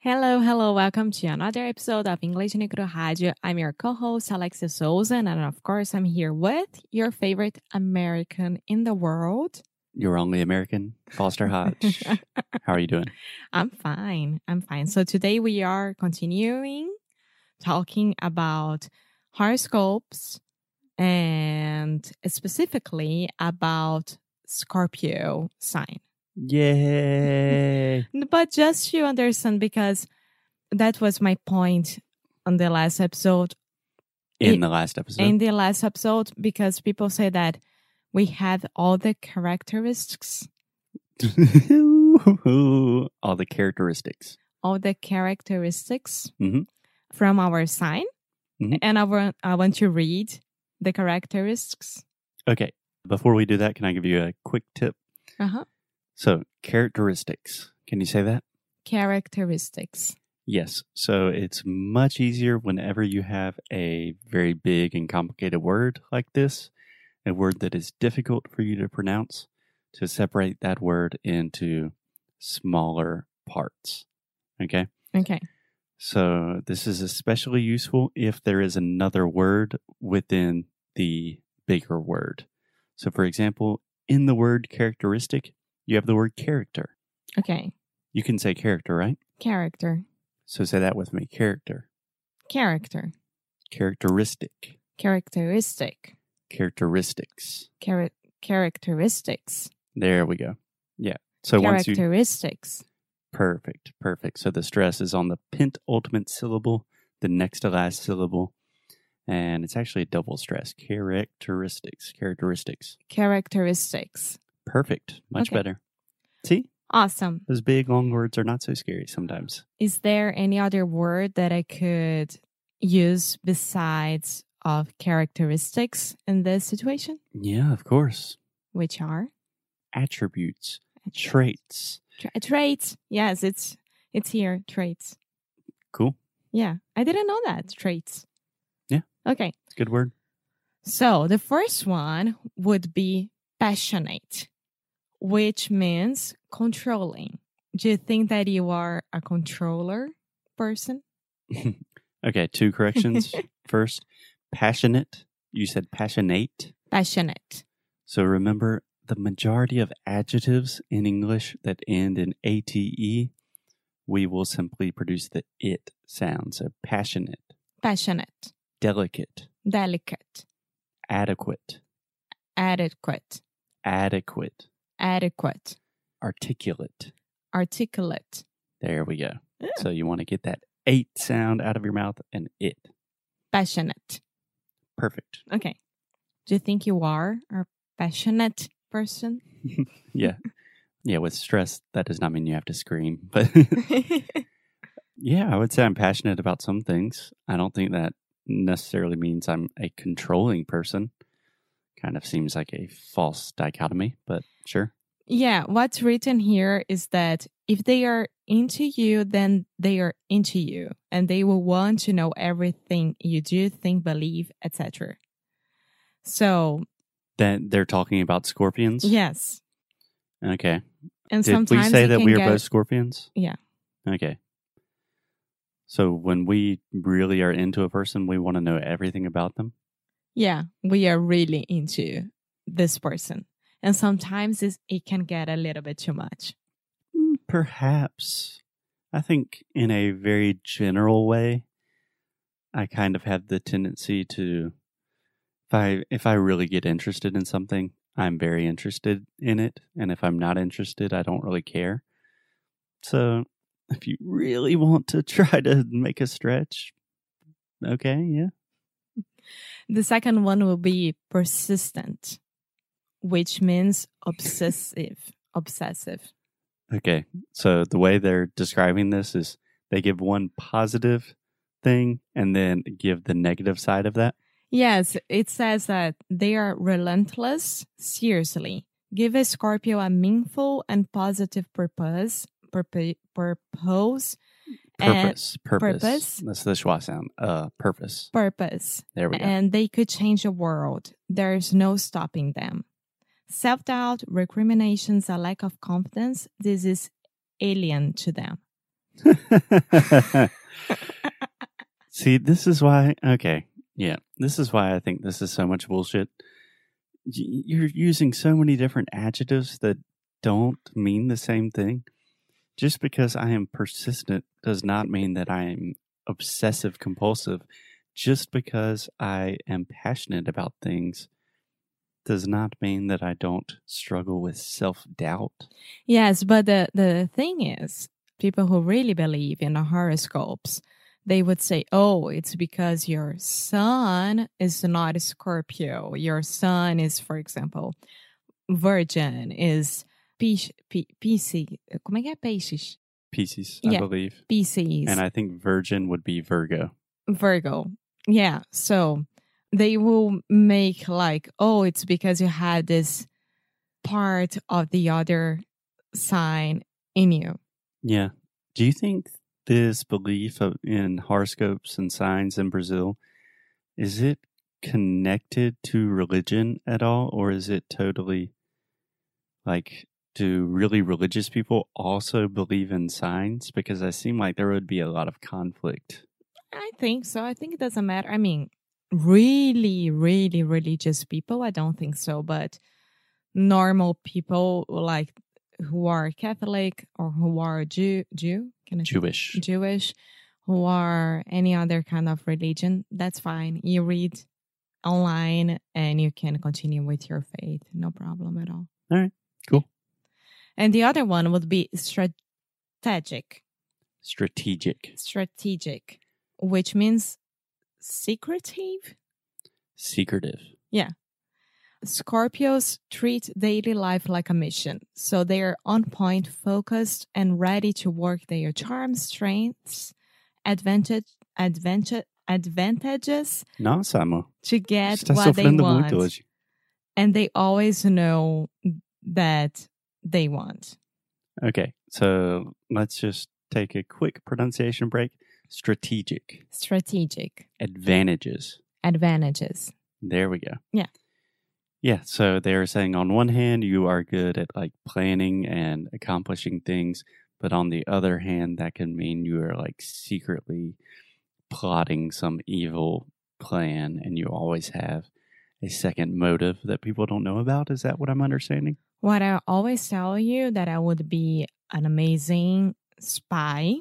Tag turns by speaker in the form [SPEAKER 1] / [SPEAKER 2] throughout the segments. [SPEAKER 1] Hello, hello, welcome to another episode of English Nicro Radio. I'm your co host, Alexia Souza, and of course, I'm here with your favorite American in the world.
[SPEAKER 2] You're only American, Foster Hodge. How are you doing?
[SPEAKER 1] I'm fine. I'm fine. So, today we are continuing talking about horoscopes and specifically about Scorpio sign.
[SPEAKER 2] Yay!
[SPEAKER 1] But just to understand, because that was my point on the last episode.
[SPEAKER 2] In the last episode,
[SPEAKER 1] in the last episode because people say that we have all the characteristics,
[SPEAKER 2] all the characteristics.
[SPEAKER 1] all the characteristics
[SPEAKER 2] Mhm.
[SPEAKER 1] from our sign,
[SPEAKER 2] Mhm.
[SPEAKER 1] and I want I want to read the characteristics.
[SPEAKER 2] Okay, before we do that, can I give you a quick tip?
[SPEAKER 1] Uh huh.
[SPEAKER 2] So, characteristics. Can you say that?
[SPEAKER 1] Characteristics.
[SPEAKER 2] Yes. So, it's much easier whenever you have a very big and complicated word like this, a word that is difficult for you to pronounce, to separate that word into smaller parts. Okay?
[SPEAKER 1] Okay.
[SPEAKER 2] So, this is especially useful if there is another word within the bigger word. So, for example, in the word characteristic, you have the word character.
[SPEAKER 1] Okay.
[SPEAKER 2] You can say character, right?
[SPEAKER 1] Character.
[SPEAKER 2] So, say that with me character,
[SPEAKER 1] Character.
[SPEAKER 2] characteristic,
[SPEAKER 1] Characteristic.
[SPEAKER 2] characteristics.
[SPEAKER 1] Char- characteristics.
[SPEAKER 2] There we go. Yeah. So, once you.
[SPEAKER 1] characteristics.
[SPEAKER 2] Perfect, perfect. So, the stress is on the penultimate syllable, the next to last syllable, and it's actually a double stress characteristics, characteristics.
[SPEAKER 1] Characteristics.
[SPEAKER 2] Perfect. Much
[SPEAKER 1] Okay.
[SPEAKER 2] better. See,
[SPEAKER 1] Awesome.
[SPEAKER 2] those big long words are not so scary sometimes.
[SPEAKER 1] Is there any other word that I could use besides of characteristics in this situation?
[SPEAKER 2] Yeah, of course.
[SPEAKER 1] Which are
[SPEAKER 2] Attributes, traits.
[SPEAKER 1] Tra- traits. Yes, it's it's here. Traits.
[SPEAKER 2] Cool.
[SPEAKER 1] Yeah, I didn't know that. Traits.
[SPEAKER 2] Yeah.
[SPEAKER 1] Okay.
[SPEAKER 2] Good word.
[SPEAKER 1] So the first one would be passionate, which means controlling. Do you think that you are a controller person?
[SPEAKER 2] Okay, two corrections. First, passionate. You said passionate.
[SPEAKER 1] Passionate.
[SPEAKER 2] So remember, the majority of adjectives in English that end in ate, we will simply produce the it sound. So passionate,
[SPEAKER 1] Passionate.
[SPEAKER 2] delicate,
[SPEAKER 1] Delicate.
[SPEAKER 2] adequate,
[SPEAKER 1] Adequate.
[SPEAKER 2] adequate,
[SPEAKER 1] adequate,
[SPEAKER 2] articulate.
[SPEAKER 1] articulate.
[SPEAKER 2] There we go.
[SPEAKER 1] Yeah.
[SPEAKER 2] So you want to get that eight sound out of your mouth and it.
[SPEAKER 1] Passionate.
[SPEAKER 2] Perfect.
[SPEAKER 1] Okay. Do you think you are a passionate person?
[SPEAKER 2] Yeah. yeah, with stress, that does not mean you have to scream. But yeah, I would say I'm passionate about some things. I don't think that necessarily means I'm a controlling person. Kind of seems like a false dichotomy, but sure.
[SPEAKER 1] yeah. What's written here is that if they are into you, then they are into you and they will want to know everything you do, think, believe, etc. So,
[SPEAKER 2] Then they're talking about scorpions.
[SPEAKER 1] yes.
[SPEAKER 2] Okay.
[SPEAKER 1] And
[SPEAKER 2] Did we
[SPEAKER 1] sometimes
[SPEAKER 2] say
[SPEAKER 1] it
[SPEAKER 2] that
[SPEAKER 1] can
[SPEAKER 2] we are
[SPEAKER 1] get-
[SPEAKER 2] both scorpions?
[SPEAKER 1] Yeah.
[SPEAKER 2] Okay. So when we really are into a person, we want to know everything about them.
[SPEAKER 1] yeah, we are really into this person. And sometimes it's, it can get a little bit too much.
[SPEAKER 2] Mm, Perhaps. I think in a very general way, I kind of have the tendency to if I if I really get interested in something, I'm very interested in it, and if I'm not interested, I don't really care. So, if you really want to try to make a stretch, okay, yeah.
[SPEAKER 1] The second one will be persistent, which means obsessive. obsessive.
[SPEAKER 2] Okay. So the way they're describing this is they give one positive thing and then give the negative side of that.
[SPEAKER 1] Yes, it says that they are relentless, seriously. Give a Scorpio a meaningful and positive purpose, purpo- purpose, and-
[SPEAKER 2] Purpose. Purpose.
[SPEAKER 1] purpose.
[SPEAKER 2] That's the schwa sound. Uh purpose.
[SPEAKER 1] purpose,
[SPEAKER 2] There we go.
[SPEAKER 1] and they could change the world. There's no stopping them. Self doubt, recriminations, a lack of confidence, this is alien to them.
[SPEAKER 2] See, this is why. Okay, yeah, this is why I think this is so much bullshit. Y- You're using so many different adjectives that don't mean the same thing. Just because I am persistent does not mean that I am obsessive compulsive. Just because I am passionate about things does not mean that I don't struggle with self doubt.
[SPEAKER 1] Yes, but the, the thing is, people who really believe in the horoscopes, they would say, oh, it's because your sun is not a Scorpio. Your sun is, for example, Virgin, is Pis- P- Pisces. Como é que é Peixes?
[SPEAKER 2] Pieces, I
[SPEAKER 1] Yeah.
[SPEAKER 2] believe.
[SPEAKER 1] Pisces.
[SPEAKER 2] And I think virgin would be Virgo.
[SPEAKER 1] Virgo. Yeah. So they will make like, oh, it's because you had this part of the other sign in you.
[SPEAKER 2] Yeah. Do you think this belief of, in horoscopes and signs in Brazil is it connected to religion at all or is it totally like do really religious people also believe in signs because I seem like there would be a lot of conflict.
[SPEAKER 1] I think so. I think it doesn't matter. I mean, really, really religious people, I don't think so. But normal people like who are Catholic or who are Jew, Jew, can I say
[SPEAKER 2] Jewish.
[SPEAKER 1] Jewish, who are any other kind of religion, that's fine. You read online and you can continue with your faith, no problem at all.
[SPEAKER 2] All right, cool.
[SPEAKER 1] And the other one would be strategic,
[SPEAKER 2] Strategic.
[SPEAKER 1] strategic, which means secretive.
[SPEAKER 2] Secretive.
[SPEAKER 1] Scorpios treat daily life like a mission, so they are on point, focused, and ready to work their charms, strengths, advantage, advantage, advantages
[SPEAKER 2] No, Samo.
[SPEAKER 1] to get
[SPEAKER 2] Está
[SPEAKER 1] what they
[SPEAKER 2] sofrendo muito
[SPEAKER 1] want,
[SPEAKER 2] hoje.
[SPEAKER 1] and they always know that they want.
[SPEAKER 2] Okay, so let's just take a quick pronunciation break. Strategic
[SPEAKER 1] Strategic
[SPEAKER 2] advantages.
[SPEAKER 1] advantages.
[SPEAKER 2] There we go.
[SPEAKER 1] Yeah.
[SPEAKER 2] Yeah, so they're saying on one hand, you are good at like planning and accomplishing things, but on the other hand, that can mean you are like secretly plotting some evil plan and you always have a second motive that people don't know about. Is that what I'm understanding?
[SPEAKER 1] What I always tell you that I would be an amazing spy.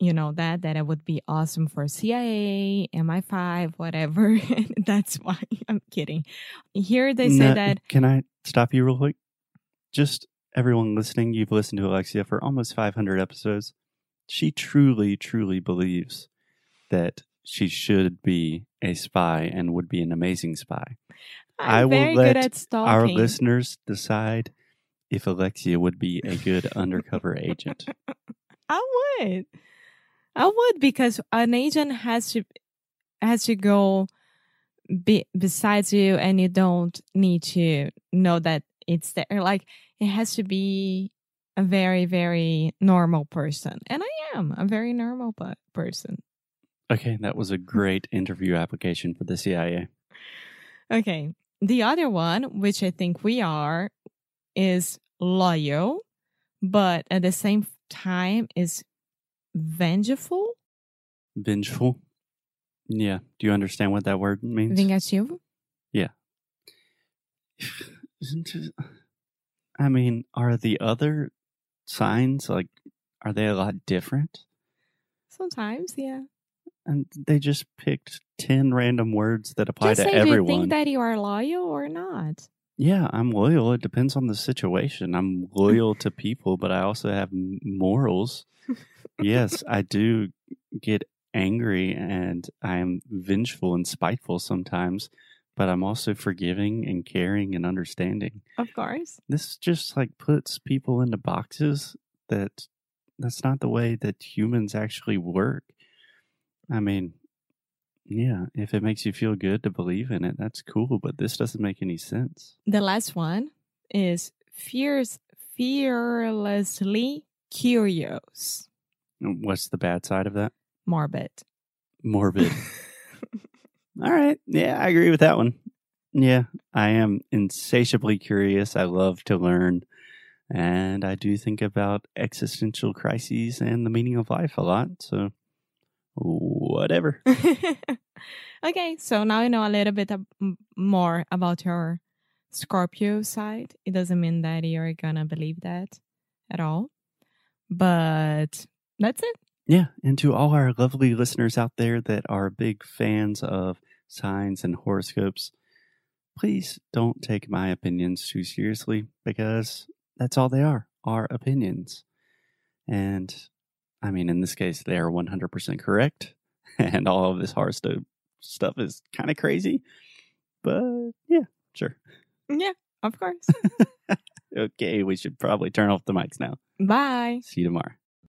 [SPEAKER 1] You know that that I would be awesome for CIA, MI5, whatever. That's why I'm kidding. Here they say
[SPEAKER 2] No,
[SPEAKER 1] that
[SPEAKER 2] uh, Can I stop you real quick? Just everyone listening, you've listened to Alexia for almost 500 episodes. She truly, truly believes that she should be a spy and would be an amazing spy.
[SPEAKER 1] I'm
[SPEAKER 2] I will
[SPEAKER 1] very
[SPEAKER 2] let
[SPEAKER 1] good at stalking.
[SPEAKER 2] Our listeners decide if Alexia would be a good undercover agent.
[SPEAKER 1] I would. I would because an agent has to has to go be, besides you and you don't need to know that it's there. Like it has to be a very very normal person. And I am a very normal pe- person.
[SPEAKER 2] Okay, that was a great interview application for the CIA.
[SPEAKER 1] Okay. The other one, which I think we are, is loyal, but at the same time is vengeful,
[SPEAKER 2] Vengeful? Yeah. Do you understand what that word means?
[SPEAKER 1] vingativo.
[SPEAKER 2] Isn't it- I mean, are the other signs like are they a lot different?
[SPEAKER 1] Sometimes, yeah.
[SPEAKER 2] And they just picked ten random words that apply
[SPEAKER 1] Just
[SPEAKER 2] to
[SPEAKER 1] say, do you
[SPEAKER 2] everyone.
[SPEAKER 1] think that you are loyal or not?
[SPEAKER 2] yeah, I'm loyal. It depends on the situation. I'm loyal to people, but I also have m- morals. yes, I do get angry and I am vengeful and spiteful sometimes, but I'm also forgiving and caring and understanding.
[SPEAKER 1] Of course.
[SPEAKER 2] this just like puts people into boxes that that's not the way that humans actually work. I mean, yeah, if it makes you feel good to believe in it, that's cool, but this doesn't make any sense.
[SPEAKER 1] The last one is fierce, fearlessly curious,
[SPEAKER 2] And What's the bad side of that?
[SPEAKER 1] morbid.
[SPEAKER 2] Morbid. All right. Yeah, I agree with that one. Yeah, I am insatiably curious. I love to learn. And I do think about existential crises and the meaning of life a lot. So, whatever.
[SPEAKER 1] okay, so now you know a little bit ab- m- more about your Scorpio side. It doesn't mean that you're gonna believe that at all, but that's it.
[SPEAKER 2] Yeah, and to all our lovely listeners out there that are big fans of signs and horoscopes, please don't take my opinions too seriously because that's all they are are opinions. And I mean, in this case, they are 100% correct, and all of this horoscope stuff is kind of crazy, but yeah, sure.
[SPEAKER 1] Yeah, of course.
[SPEAKER 2] Okay, we should probably turn off the mics now.
[SPEAKER 1] Bye.
[SPEAKER 2] See you tomorrow.